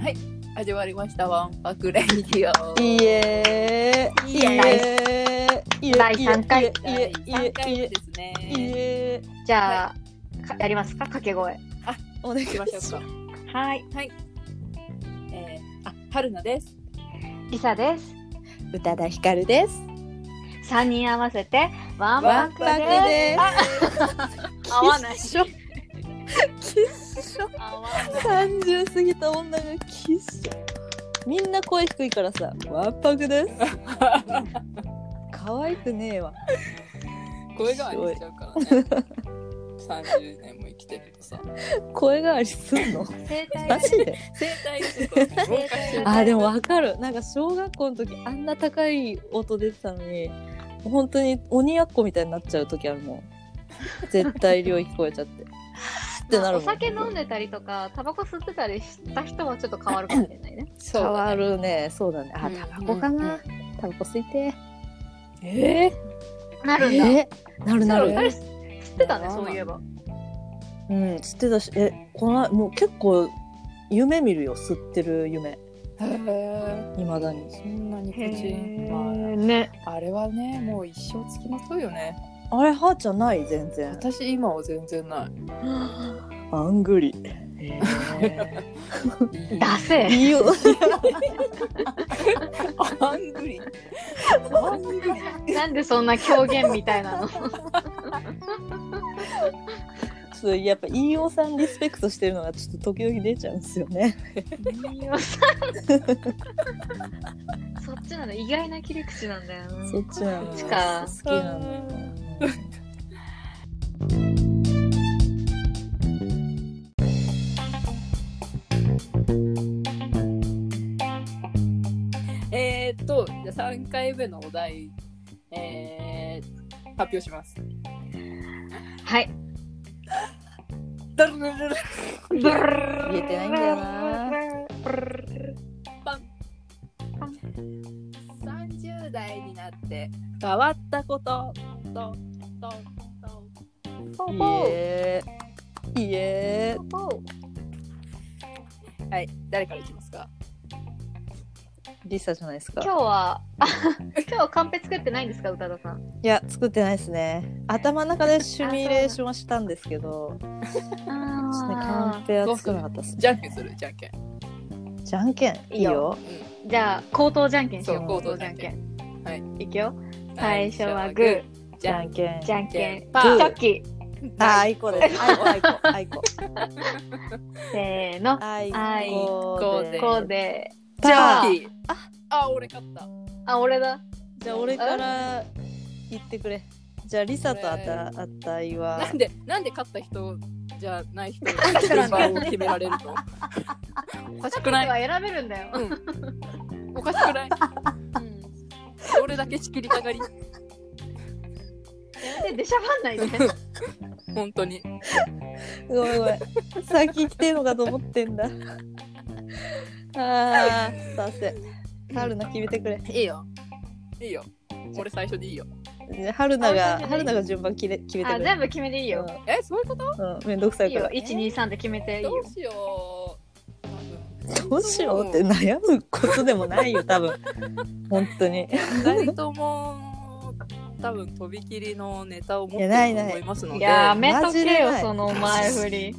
はい始まりましたワンパクレディオいえー、いえいえ第三回いえいえ3回い目えですねいえじゃあ、かやりますか掛け声。お願い行きしまましすょうかはい。えー、あ春菜ですりさです。宇多田ヒカルです三人合わせてワワンバンンパククでですす。合わない。しょきっしょ合わない。 30過ぎた女がきっしょみんな声低いからさわんぱくです可愛くねえわ声変わりしちゃう からね30年も生きてるとさ声変わりすんの生マ体ジで声帯ちょっと老化 してるあでもわかるなんか小学校の時あんな高い音出てたのに本当に鬼やっこみたいになっちゃう時あるもん絶対量聞こえちゃってってなるおもん酒飲んでたりとか、タバコ吸ってたりした人はちょっと変わるかもしれないね。そう変だわねるねそうだねあうんタバコかうんうなんタバコ吸いてえなー、るんだ。えなるなあるれ吸ってたね、そういえうば。ん吸ってたしえこのもう結構夢見るよ吸ってる夢へいまだにえそんなに口まね。ああれはねもう一生つきまとうよねあれはーちゃんない全然私今は全然 ないあんぐりダセえ。いいよアングリアングリなんでそんな狂言みたい なの。そうやっぱ飯尾さんリスペクトしてるのがちょっと時々出ちゃうんですよね飯尾さんそっちなの意外な切り口なんだよな。そっちなのそっちか好きなのえー、っとじゃあ3回目のお題、えー、発表しますはい。ダルルルル言え言えてないんだよなパン30代になって変わったことととといえいえはい誰からいきますかリサじゃないですか今日は、 あ今日はカンペ作ってないんですか、宇多田さん。いや作ってないですね頭の中でシミュレーションはしたんですけどちょっとねカンペは作らなかったですじゃんけんするじゃんけんじゃんけんいいよじゃあ、口頭じゃんけんしよそう口う、口頭じ頭ゃじゃんんけけんん。はいいくよ。最初はグー、じゃんけんじゃんじゃけんけんん、パパーー、チョキ、ああいこですあいこあいこあいこせーの、あいあいここででこうで。じゃあじゃあ俺勝ったあ、俺だ。じゃあ俺から言ってくれじゃあリサとあたあたいはなんでなんで勝った人じゃない人順番を決められるのおかしくないは選べるんだよ。おかしくない、うん、俺だけ仕切りたがりやめて、出しゃばんな いで。本当にごめんごめん。先来てんのかと思ってんだ。 ああ、させ。春菜決めてくれ。いいよいいよ俺最初でいいよ春菜があそうじゃない春菜が順番決め決めてあ、くれ。全部決めていいよ。えそういうことうん、うん、めんどくさいいいかよら。、 1、2、3で決めていいどよう。しよう多分どうしようって悩むことでもないよ、多分。本当に。二人とも多分とびきりのネタを持ってるいやないとない思いますのでやめとマジけでよない、その前振り。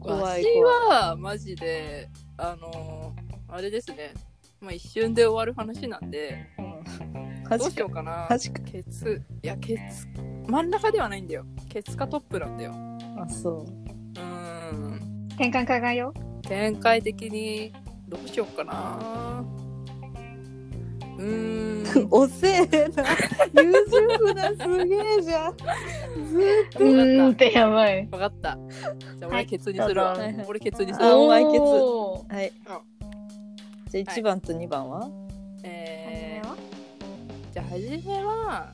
怖い私はマジであのーあれですね、まあ、一瞬で終わる話なんでマどうジしかよ。うかなマジか。ケツいやケツ真ん中ではないんだよケツかトップなんだようあ、そう。ーん転換考えよう。展開的にどうしようかなうーんおせえな。優柔不断すげえじゃん。ずーっと。うーんってやばい。分かったじゃあは俺いケツにするわ、どうぞ俺ケツにするあお前ケツおーはいあ。じゃあ1番と2番はえー、じゃあ初めは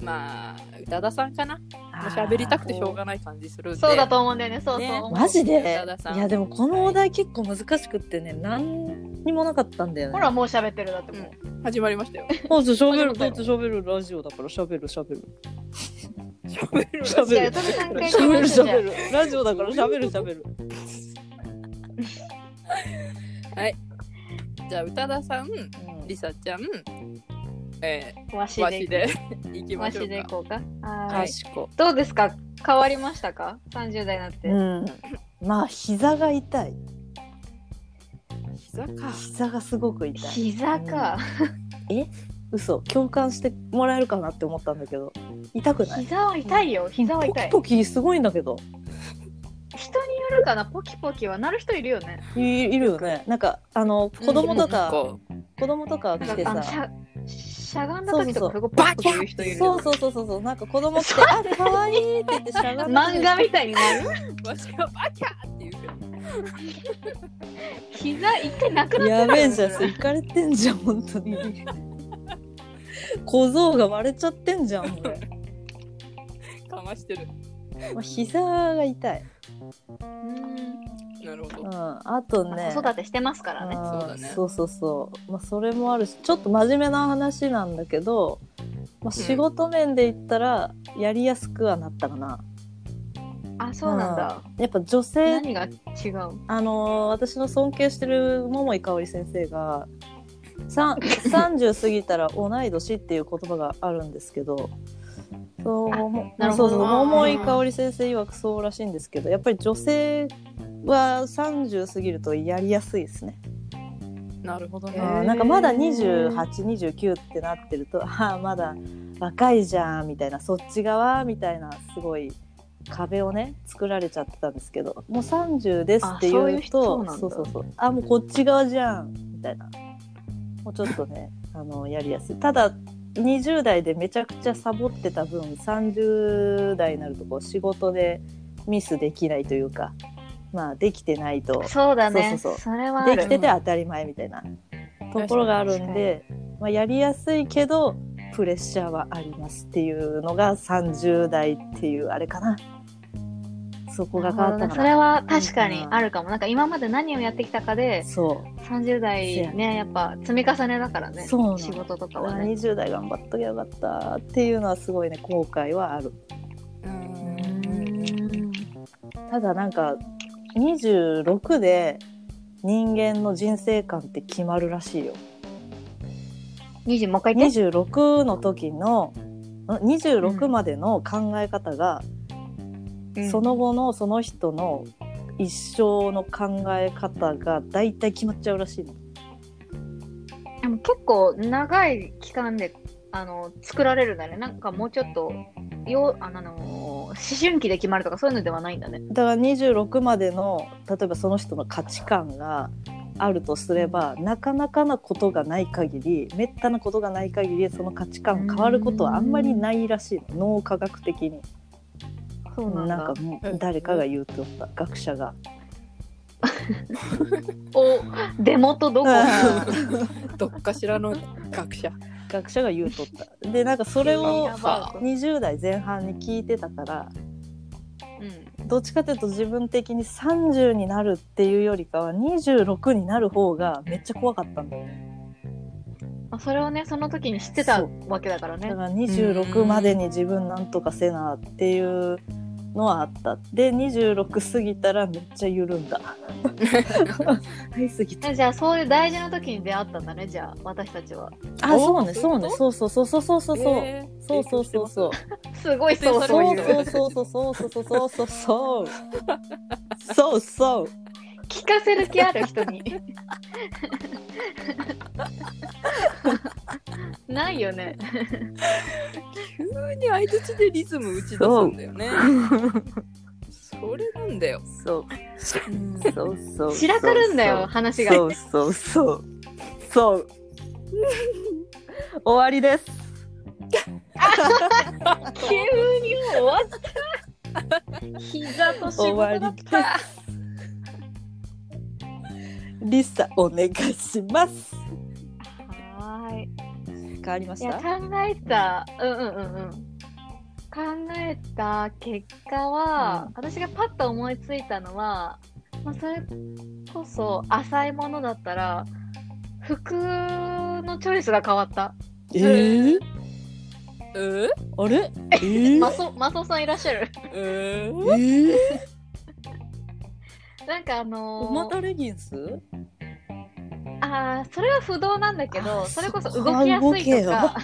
まあ宇多田さんかなもう喋りたくてしょうがない感じするんでそうだと思うんだよね、そうねそう。マジで宇多田さんいやでもこのお題結構難しくってね何にもなかったんだよねほら、もう喋ってるだってもう。始まりましたよもうちょっと喋る始まったよちょっと喋るラジオだから喋る喋る喋る喋じゃあ、る宇多田さんからいき喋まるしょうじゃあ喋るラジオだから喋る喋るじゃあ宇多田さんうんりさちゃんえわしー、わしで。でいきまわしょしうでいかこうか。はかい。しこ。どうですか変わりましたか ?30 代になって。うん。まあ膝が痛い。膝か膝がすごく痛い。膝か。嘘。共感してもらえるかなって思ったんだけど、痛くない。膝は痛いよ。膝は痛い。ポキポキすごいんだけど。人によるかなポキポキはなる人いるよね。いいるよね。なんかあの子供とか、こ子供とか来てあのさ。しゃしゃがんだ時とそかすごいバキッて言う人いるよそうそうそうそうそうなんか子供来てそあ可愛いって言ってしゃがんで漫画みたいになるうわしがバキャーって言うけど膝一回なくなってやべえじゃんそそれれいかれてんじゃん本当に小僧が割れちゃってんじゃん俺、かましてるまあ、膝が痛い、うんなるほうん、どあとまあね子育てしてますからねあーそうだねそうそうそう、まあ、それもあるしちょっと真面目な話なんだけど、まあ、仕事面で言ったらやりやすくはなったかな、あそうなんだやっぱ女性何が違うあのー私の尊敬してる桃井かおり先生がさん30過ぎたら同い年っていう言葉があるんですけどそうもなるそほどうそう桃井かおり先生曰くそうらしいんですけどやっぱり女性は30過ぎるとやりやすいですね、なるほどへねーうんなんかまだ2829ってなってると ああまだ若いじゃんみたいなそっち側みたいなすごい壁をね作られちゃってたんですけどもう30ですって言あそういうう人そうとなんだそうそうそうあもうこっち側じゃんみたいなもうちょっとねあのやりやすいただ20代でめちゃくちゃサボってた分30代になるとこう仕事でミスできないというかまあできてないとそうだねそうそうそうそれはあでるきてて当たり前みたいなところがあるんで、まあ、やりやすいけどプレッシャーはありますっていうのが30代っていうあれかなそこが変わなるほったどねかそなれは確かにあるかもなんか今まで何をやってきたかでそ30せや代ねやっぱ積み重ねだからねそうなの仕事とかうはね20代頑張っときゃよかったっていうのはすごいね後悔はあるううんんただなんか26で人間の人生観って決まるらしいよ20もう一回言って26の時のん26までの考え方が、うんその後のその人の一生の考え方が大体決まっちゃうらしいの。でも結構長い期間であの作られるんだねなんかもうちょっとよあの思春期で決まるとかそういうのではないんだねだから26までの例えばその人の価値観があるとすればなかなかなことがない限りめったなことがない限りその価値観変わることはあんまりないらしいの脳科学的にそうななんんだかもう誰かが言うっておった学者が。お出元どこどっかしらの学者学者が言うとったでなんかそれをやば20代前半に聞いてたからうんどっちかというと自分的に30になるっていうよりかは26になる方がめっちゃ怖かったんだよねあそれをねその時に知ってたわけだからだねから26までに自分なんとかせなっていうのはあったで26過ぎたらめっちゃ緩んだはい過ぎたえじゃあそういう大事な時に出会ったんだねじゃあ私たちはあそうねおそうねそうそうそうそうそうそうそう、えーそうそうそうそうすごいそうそそうう影い響うしそうそうそうそうそうそうそうそう そうそう聞かせる気ある人 にないよね急に相槌でリズム打ち出すんだよねそれなんだよそうそうそう散らかるんだよ話がそうそうそうそう 終わりです急にもう終わ った膝と仕終事わりだっですたリサお願いします はーい変わりまいしやた考えたうんうんうんうん考えた結果は、うん私がパッと思いついたのは、まあ、それこそ浅いものだったら服のチョイスが変わったえー、えー、あれえー、マソマソさんいらっしゃる ええー、ー、なんかあのーおまたレギンスああ、それは不動なんだけあど、それこそそこ動はきやすいと動か、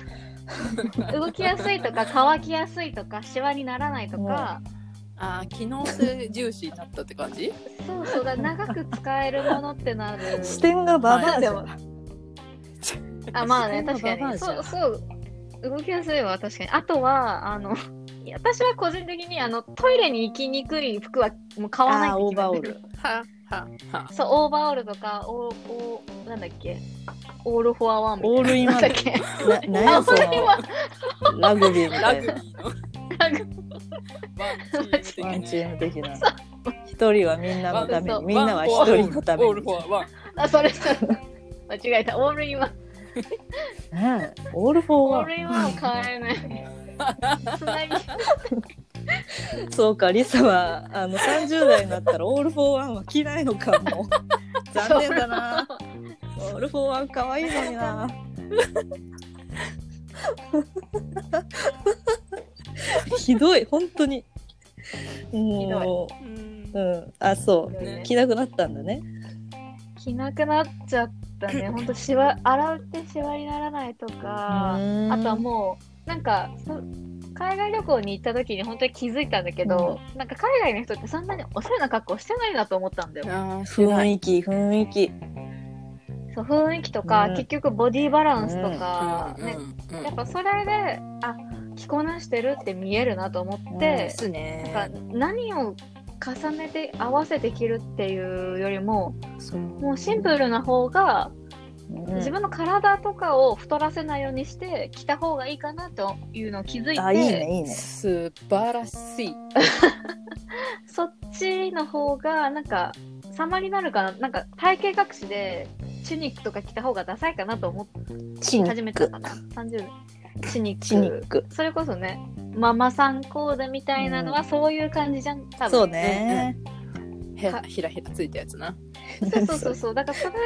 動きやすいとか、乾きやすいとか、シワにならないとか、 ああ、機能性重視だったって感じそうそうだ、長く使えるものって なる。視点がババアじゃ ん、まあ、まあね、視点確かがババアに。じそゃう、んそう。動きやすいは確かに。あとは、あの、私は個人的にあのトイレに行きにくい服はもう買わないあーっオーて決めバーオてーるルはははそう、オーバーオールとか、オー、オー、なんだっけ、オールフォアワンみたいなオールインワンなんだっけ、ななんやあ、そそれはの、ラグビーみたラグいビなーの。ラグワンチーワムン的ねチーム的な一人はみんなのためそうにみんなは一人のためオーにルフォアワン。あ、それ、それ間違えた、オールインワン、ねえオールフォーオワールインワンを買えない。 つなぎ、ンそうかリサはあの30代になったらオールフォーワンは着ないのか も残念だなオールフォーワン可愛いのに なひどい本当にもうんう、うん、あそうね着なくなったんだね着なくなっちゃった ね、ほんと、しわ、洗ってしわにならないとか、あとはもう、なんか、そ海外旅行に行った時に本当に気づいたんだけど、なんか海外の人ってそんなにおしゃれな格好してないなと思ったんだよ。ああ、してな雰い。囲気雰囲気そう雰囲気とか、うん結局ボディバランスとか、うんねうんうんやっぱそれであ着こなしてるって見えるなと思っうんて、すね。なんか何を重ねて合わせて着るっていうよりもそうもうシンプルな方が、うん自分の体とかを太らせないようにして着た方がいいかなというのを気づいてあいいねいいね素晴らしい。そっちの方がなんか様になるかななんか体型隠しでチュニックとか着た方がダサいかなと思チって始めたかな30チュニックチニックそれこそねママさんコーデみたいなのはそういう感じじゃん多分そうねへひらひらついたやつな。そうそうそうそうだからそ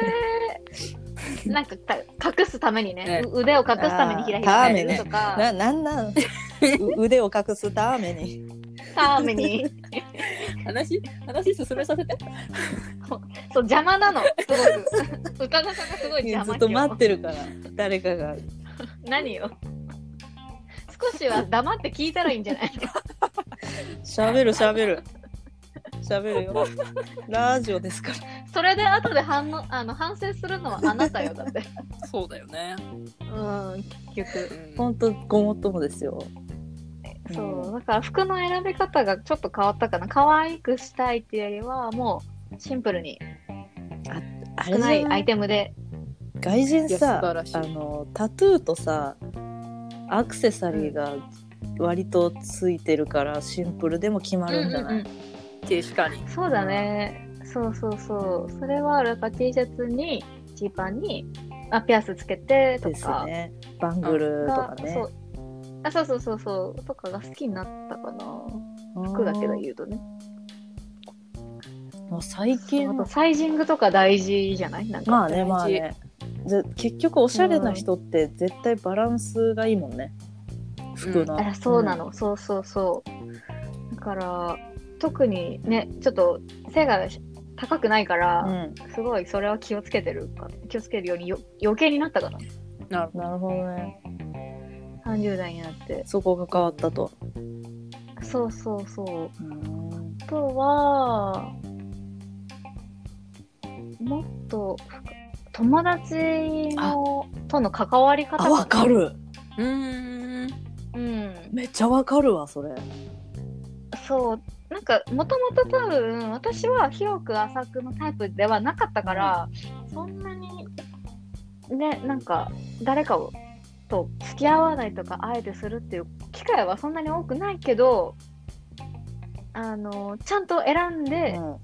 れなんかた隠すためにねねう腕を隠すためにひらひらやるとか、ななんなん う腕を隠すためにために話話進めさせて。そう邪魔なのすごく歌のさんがすごい邪魔ずっと待ってるから誰かがて何よ少しは黙って聞いたらいいんじゃない 喋る喋る喋るよラジオですからそれで後で反応あの反省するのはあ なたよだってそうだよね。うん結局うん本当ごもっともですよそううだから服の選び方がちょっと変わったかな可愛くしたいっていうよりはもうシンプルにあれじ少ゃないなアイいテムで外人いや素晴さらしいあのタトゥーとさアクセサリーが割とついてるからシンプルでも決まるんじゃない、うんうんうん確かに。そうだねそうそうそうそれはだから T シャツにジーパンにあピアスつけてとですか、ねバングルとかねそうあそうそうそうそうとかが好きになったかな服服だけで言うとねもう最近あとサイジングとか大事じゃないなんか、まあねまあねぜ結局おしゃれな人って絶対バランスがいいもんね、服のあそうなの、そうそうそうだから特にねちょっと背が高くないかうら、ん、すごいそれは気をつけてるか気をつけるようによ余計になったかななるほなるほどね30代になってそこが変わったとそうそうそううんあとはもっと友達のとの関わり方あわかるど。うん。うん、めっちゃわかるわそれそうなんかもともと多分私は広く浅くのタイプではなかったから、そんなにねなんか誰かをと付き合わないとかあえてするっていう機会はそんなに多くないけどあのちゃんと選んうでん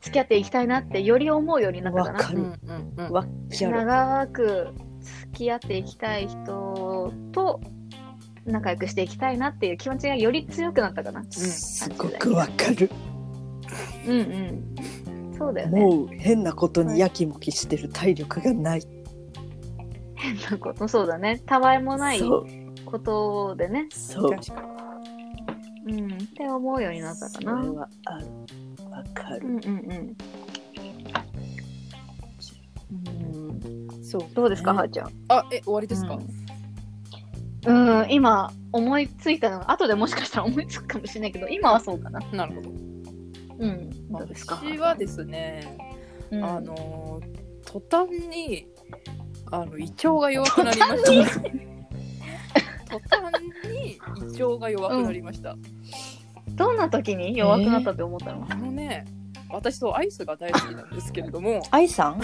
付き合っていきたいなってより思うようになったわかな。かうるんうんうん。わかる長く付き合っていきたい人と仲良くしていきたいなっていう気持ちがより強くなったかな。すごくわかるうんうん。そうだよね。もう変なことにやきもきしてる体力がない変なことそうだね。たわいもないそうことでね。そう確かに。うん。って思うようになったかな。それうはあるわかるんうんうん。うんそうどうですか、ねはーちゃん。あえ終わりですか、うんうん、今、思いついたのが、後でもしかしたら思いつくかもしれないけど、今はそうかな。なるほどうん、どうですか。私はですね、うんあ、の途端にあの胃腸が弱くなりました途端に胃腸が弱くなりました、どんな時に弱くなったって思ったの、あのね私そうアイスが大好きなんですけれども愛さん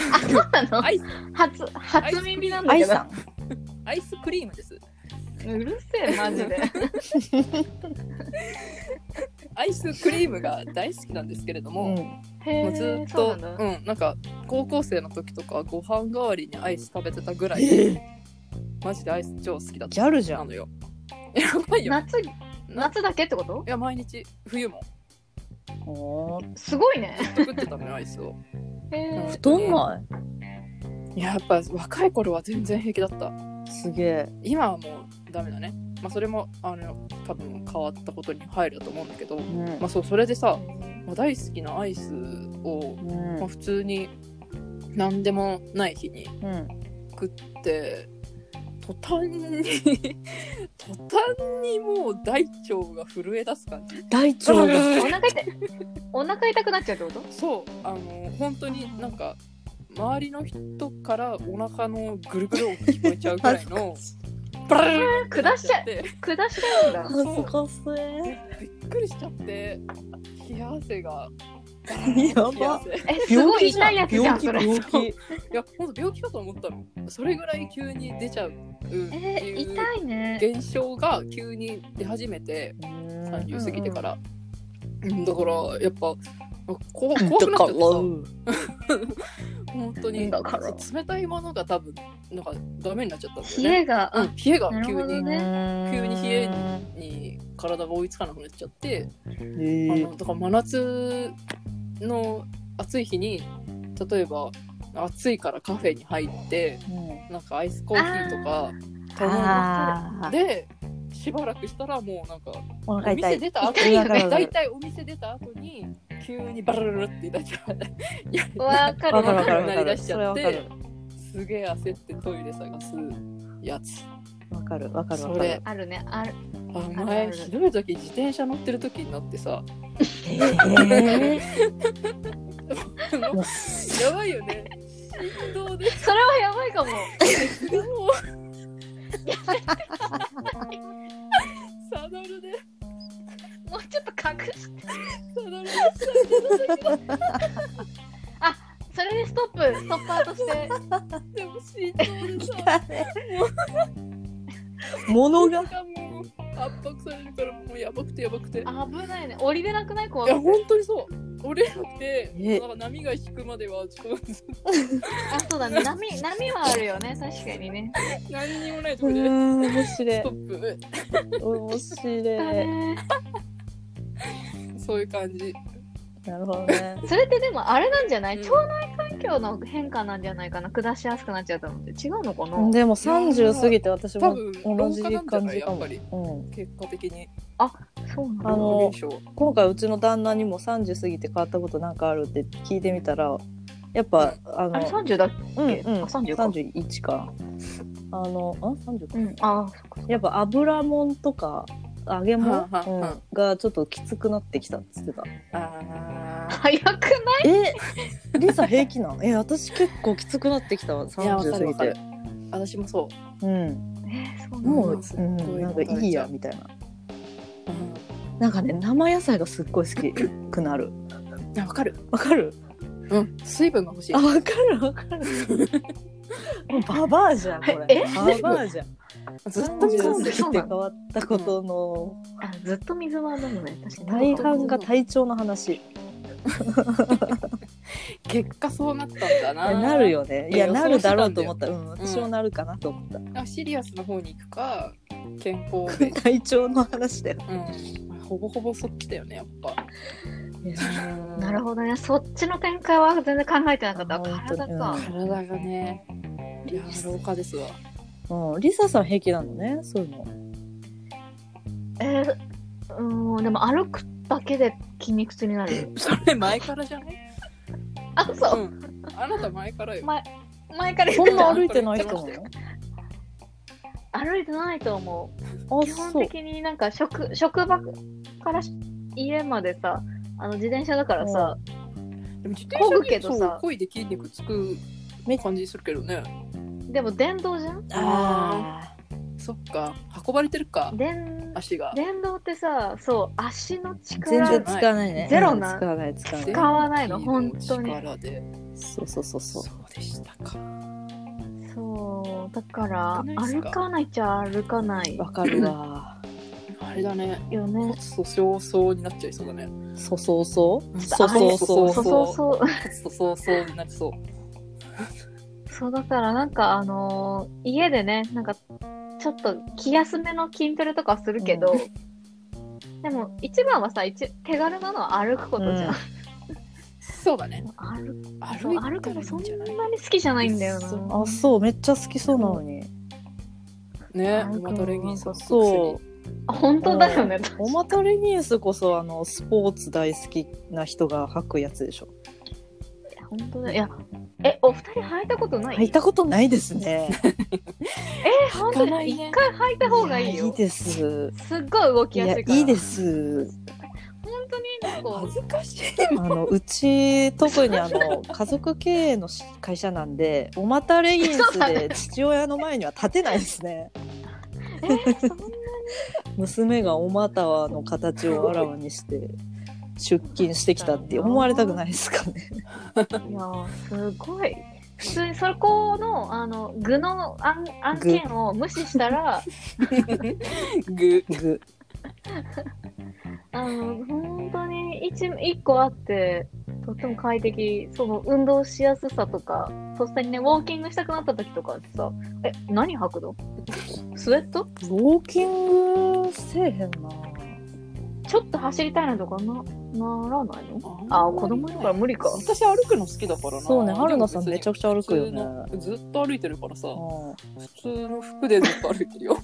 あのアイス初、初耳なんだ愛けど。さんアイスクリームですうるせえ、マジで。アイスクリームが大好きなんですけれども、うんへもーうずっとそうなんうだんなんか高校生の時とかご飯代わりにアイス食べてたぐらいえマジでアイス超好きだったギャルじゃなんの よやばいよ夏、夏だけってこといや毎日冬もおーすごいね。ずっと食ってた のよアイスをへー太んないややっぱ若い頃は全然平気だったいすげえ今はもうダメだねまあそれもあの多分変わったことに入ると思うんだけどうんまあそうそれでさ、まあ、大好きなアイスを、うんまあ、普通に何でもない日にうん食って途端に途端にもう大腸が震え出す感じ大腸がお腹痛い、お腹痛くなっちゃうってことそうあの本当になんか周りの人からお腹のぐるぐる音聞こえちゃうくらい のバラーンってなっゃって下しちゃうんだ。恥ずかしびいっくりしちゃって冷や汗がやば冷や汗いえ、すごい痛いやつじゃ病ん、気それ。病気や本当病気かと思ったのそれぐらい急に出ちゃうってえいーう痛いね。現象が急に出始めてうん30過ぎてから、うんだからやっぱこ怖くなっちゃってさ本当にだから冷たいものが多分なんかダメになっちゃったんだよ冷ねえが、うあん、冷えがなる急ほどに,、ね急に冷えに体が追いつかなくなっちゃって、えあーのだから真夏の暑い日に例えば暑いからカフェに入ってなんかアイスコーヒーとか頼んあーでしばらくしたらもうなんかおお腹痛店い出た後痛いよにね大体お店出た後に急にバルルルって痛くなるわかるわかるわかわかるるわなかりるだしちそれゃわっかてるすげえ焦ってトイレ探すやつわかるわかるわそかるれあるね、ある。ああるあ前るひどい時自転車乗ってる時になってさえあのーもうやばいよね振動でそれはやばいかも。もうサドルでもうちょっと隠して。サドルでそれでストップ、ストッパーとして。でも心臓でさ物ががもう圧迫されるからもうやばくてやばくてい危ないね。降りれなくない怖やくて。本当にそう折れなくてえなんか波が引くまではちょっと あ、そうだね。波、波はあるよね。確かにね。何にもないとうこーでん面白スいトップ面だ白い ねそういう感じなるほどねそれってでもあれなんじゃない、うん腸内環境の変化なんじゃないかな。下しやすくなっちゃったのって。違うのかな、でも30過ぎて私多も分同老じ化なんじゃ感ないじやかっもぱ、りうん、結果的にそうなあのの現象今回うちの旦那にも30過ぎて変わったことなんかあるって聞いてみたらやっぱああれの30だっうんうんけあ30か31かあのあ30うかん。あ、やっぱ油もんとか揚げもはあはあん、うんはあがちょっときつくなってきたっつってたあ早くないえリサ平気なんえ私結構きつくなってきたわいやわ30か過るわぎかてる私もそううんえそうなものう、すうっん、ごいなんかいいやみたいなうんなんかね生野菜がすっごい好きくなるあわかるわかるうん水分が欲しいあ、わかるわかる。もうババアじゃん、これ。えババアじゃん。ずっと水30飲んで過ぎるて変わったことのあずっと水は飲むね。確か大に。半が体調の話。結果そうなったんだななるよね。いや、予想なるだろうと思った。うん、私もなるかなと思った。あシリアスの方に行くか健康 で、体調の話だよ。うん、ほぼほぼそっちだよねやっぱなるほどね。そっちの展開は全然考えてなかった。あ本当体にか。体がねいや老化です わど。うん、リサさん平気なのね、そういうの。えー、うーん、でも歩くだけで筋肉痛になる。それ前からじゃないあ、そう。うんあなた前からよ前、前から言そってんたな歩いてない人なの歩いてないと思うあ基本そう的になんか職職場から家までさあの自転車だからさ、でも自漕ぐ転け車どにさそう漕いで筋肉つく感じするけどねでも電動じゃんあそっか運ばれてるか電足が電動ってさそう足のー全力然使わないねゼロなうん使わない使わ使なわないの本当に力でいそうそうそうそうそうでしたかそうだから少ないっすか歩かないっちゃ歩かないわかるわあれだねよね骨粗しょう症になっちゃいそうだねそそうそちょうっそとうそうそうそうそうそう 骨粗しょう症になりそうそうだからなんかあのー家でねなんかちょっと気休めの筋トレとかするけど、でも一番はさ一手軽なのは歩くことじゃん、そうだね歩く歩いたら歩くのそんいいじゃないなに好きじゃないんだよなそうあそうめっちゃ好きそうなのにね歩くのまたレギンさんそうあ本当だよねおまたレギンスこそあのスポーツ大好きな人が履くやつでしょ本当だいやえお二人履いたことない履いたことないですねえ本当履かないにね一回履いた方がいいよいですすっごい動いきややすいいからいです本当になんか恥ずかしいあのうち特にあの家族経営のし会社なんでおまたレギンスで父親の前には立てないですねえーそんな娘がおまたの形をあらわにして出勤してきたって思われたくないですかねいやーすごい普通にそこのあの具の案案件を無視したらグぐあの本当に一一個あってとっても快適その運動しやすさとかとっさにねウォーキングしたくなった時とかってさえ何履くのスウェットウォーキングせえへんなちょっと走りたいなとかなならないのあー子供だから無理か私歩くの好きだからなそうね春菜さんめちゃくちゃ歩くよねでも別に普通のずっと歩いてるからさうん普通の服でずっと歩いてるよ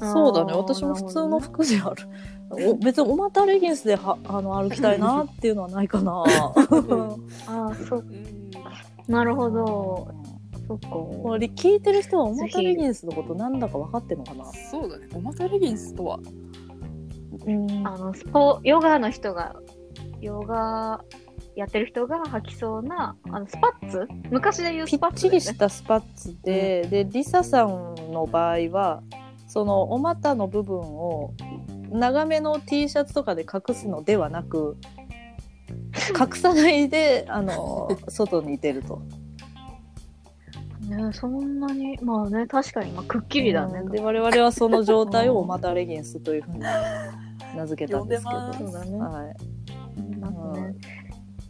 そうだねあー私も普通のなる服であるお別におまたレギンスでは あの歩きたいなっていうのはないかな ほどねあーそ ううんなるほどそっかこれ聞いてる人はおまたレギンスのことなんだか分かってるのかなそうだねおまたレギンスとはうんあのスポヨガの人がヨガやってる人が履きそうなあのスパッツ昔で言うぴスっパッツちだよりねしたスパッツで、でリサさんの場合はそのお股の部分を長めの T シャツとかで隠すのではなく隠さないであ の外に出ると。ねそんなにまあね確かに、まあ、くっきりだね、うんで我々はその状態をお股レギンスというふうに名付けたんですけ呼んでど。ますねはいなんかね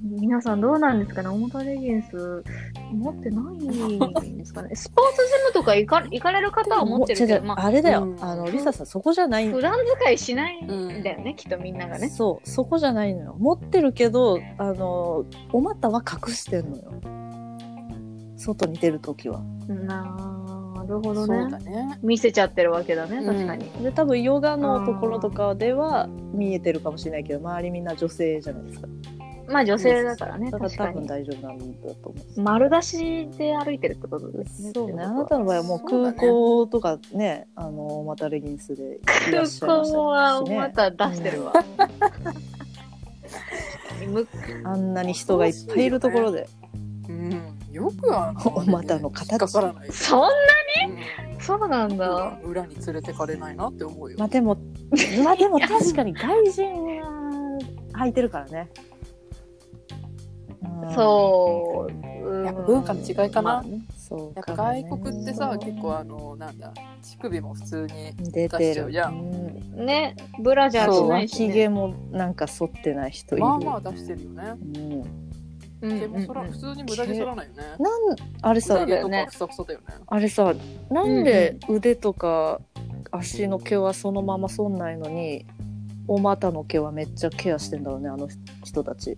皆さんどうなんですかね重たレギンス持ってないんで すかねスポーツジムとか行か行かれる方は持ってるけ違うど違うまああれだよ、うんあのリサさんそこじゃないん普段使いしないんだよね、きっとみんながねそうそこじゃないのよ持ってるけどあのお股は隠してんのよ外に出る時はなるほそどうねだね見せちゃってるわけだねうん確かに、で多分ヨガのところとかでは見えてるかもしれないけど周りみんな女性じゃないですかまあ女性だからねだから確か多分に大丈夫なんだと思う丸出しで歩いてるってことですねそうねあってこなとたの場合はもうそうだ空ね港とかねあのまたレギンスでいらっしゃい空ましたしね港はまた出してるわ、むあんなに人がいっぱいいるところでうんよくは お股引のっ形かからないそんうんそうなんだ。裏に連れてかれないなって思うよ。まあで もまあでも確かに外人は履いてるからね。そう。うんやっぱ文化の違いかな。うん。そうなんかかもね外国ってさ、結構あの、なんだ、乳首も普通に。出て出しちゃる。うじゃんうんね、ブラジャーそしうないし、脇ね。毛もなんか剃ってない人いる。まあまあ出してるよね。うんうんうんでもそら、うん普通に無駄に剃らないよね。なんあれそさうだよとねかふさふさだよね。あれさなんで腕とか足の毛はそのまま剃んないのにお股の毛はめっちゃケアしてんだろうねあの人たち。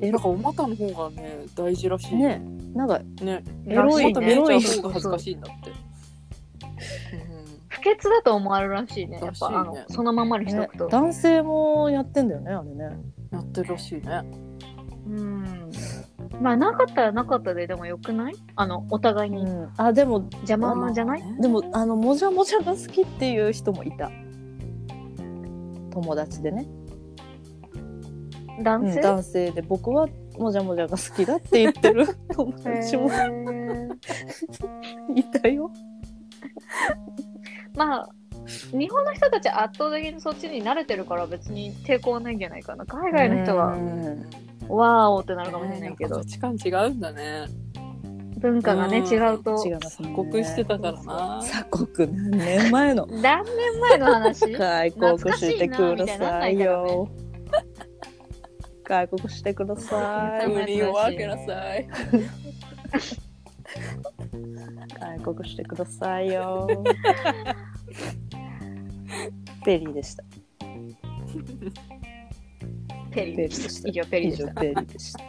エなんロかお股の方がね、大事らしい。ね。ねなんかエエロロいいおね股見ね。えエちゃ方ロいうが恥ずかしいんだって。うん不潔だと思われるらしいね。やっぱ、あらしいのねそのままにしとねくと。男性もやってんだよねあれね。やってるらしいね。うん。まあなかったらなかったででもよくないあのお互いにうん、あでも邪魔なんじゃない、でもあのもじゃもじゃが好きっていう人もいた友達でね、う男ん、性、男性で僕はもじゃもじゃが好きだって言って る友へー達もいたよ、まあ日本の人たちは圧倒的にそっちに慣れてるから別に抵抗はないんじゃないかな海外の人はうんわーおってなあるかもしれないけど価値観違うんだね。文化がねうん違うと違いますね鎖国してたからな鎖国何年前の何年前の 話開国してくださいよ開国してくださはいい国を分けなさい。開国してくださいよ ペリーでしたペリーペリーでした以上ペリ以ーでし上たペリーでした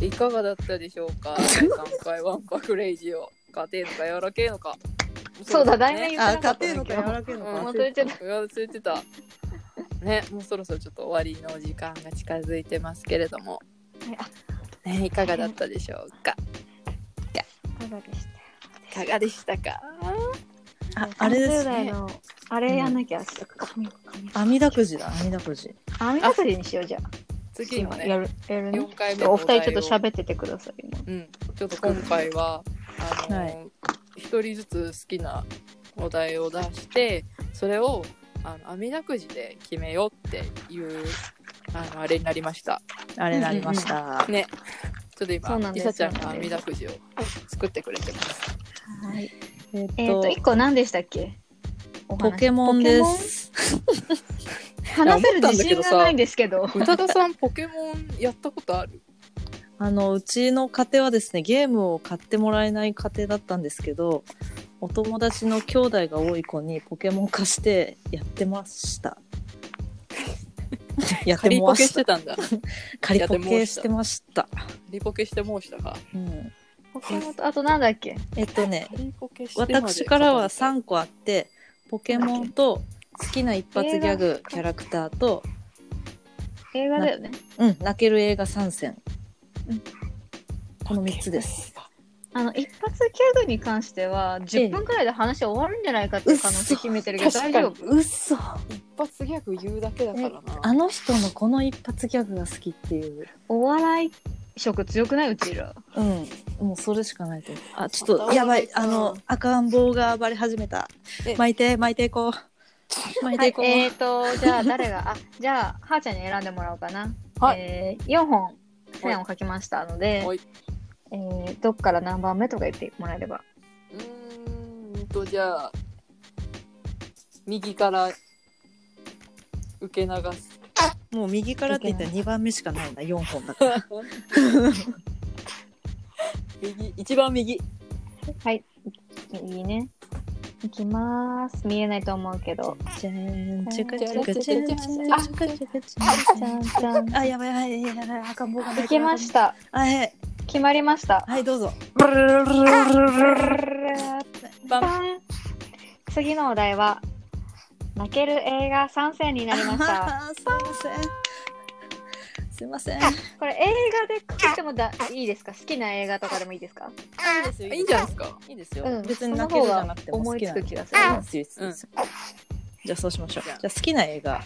いかがだったでしょうか。第三回ワンパクレイジを家庭のか柔らけいのか。そうだだ題名ね言ってなかったね今日らけいうん本当言っちゃったうわ忘れてた。ね、もうそろそろちょっと終わりのお時間が近づいてますけれども、ね、いかがだったでしょうか。いかがでしたか。ああれです30代ねのあれやんなきゃ、ちょっと髪髪網だくじだ網だくじ網だくじにしようじゃあ次もやね、るやるね四回目のお題二人ちょっとを喋っててくださいねうん、ちょっと今回はあのはい一、人ずつ好きなお題を出してそれをあの網だくじで決めようっていうあのあれになりましたあれなりました、ねちょっとそう今なんりでさすちゃんがそうなん網ですだくじを作ってくれてますはいえっと,、えっ、と一個何でしたっけお話ポケモンです話せる自信がないんですけど宇多田さんポケモンやったことあるあのうちの家庭はですねゲームを買ってもらえない家庭だったんですけどお友達の兄弟が多い子にポケモン貸してやってました やっ仮てポまケししてたたんだ仮ポケしてました、仮ポケして申したかうん、ポケモンとあとなんだっけえっとね仮ポケしてまで私からは3個あってポケモンと好きな一発ギャグキャラクターと、映画だよねうん、泣ける映画参戦、うんこの3つですあの一発ギャグに関しては10分くらいで話終わるんじゃないかっていう可能性秘めてるけど嘘大丈夫うっそ一発ギャグ言うだけだからなあの人のこの一発ギャグが好きっていうお笑い色強くないうちらうん、もうそれしかないと思う。あ、ちょょっっとと、やばい、ああの、赤ん坊が暴れ始めたえ。巻いて、巻いていこう。巻いはていいこう。えーとじゃあ誰 があじゃあはーちゃんに選んでもらおうかな、はいえー、4本線を書きましたのではい、えー、どっから何番目とか言ってもらえればうーんとじゃあ右から受け流すもう右からって言ったら2番目しかないな、4本だから。右一番右はいいいねいきまーす見えないと思うけ どじゃーん、 チュクチュクチュクチュクチュクチュクチじュクゃんじゃんあ、やばい、やばい、やばい、赤ん坊が。できまし。たあ、はい、決まりま したはい、どうぞ。バン次のお題は泣ける映画参戦になりま したあーすいません。すいません。これ映画でくってもだいいですか好きな映画とかでもいいですかいいんじゃないですかいいですようん別に泣けるじゃなくても思好いきつなくの気がするうんいいですいいですじゃあそうしましょう。じじゃゃああ好きな映画は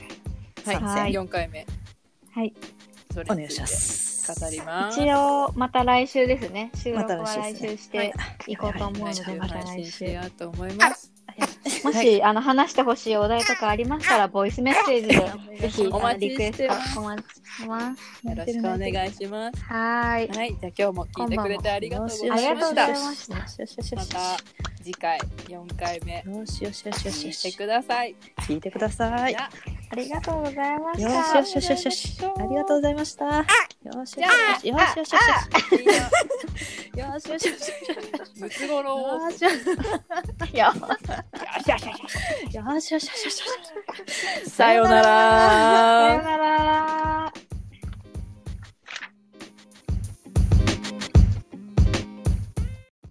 参い、戦、はい4回目はいそれお願にいつしてます。語ります一応また来週ですね収録はまた来来週ですね週していこうと思うの毎で週また配信来し週ようと思いますもし、あの話してほしいお題とかありましたらボイスメッセージでぜひお待ちリクエスしてますトお待ちしてますよろしくお願いしますはーいはいじゃあ今日も聞いてくれてありがとうございまありがとうございしまたしたよしよしよしよました次回4回目よしよしよしよ聞しよいてしください聞いてください。じよゃありがとうございまししよたしよしよしよしありがとうございました。よしよしよしよしよあみんなしよしよしよしよしよしよしよしムツゴロウをよやしよしよしよしさよならさよ。なら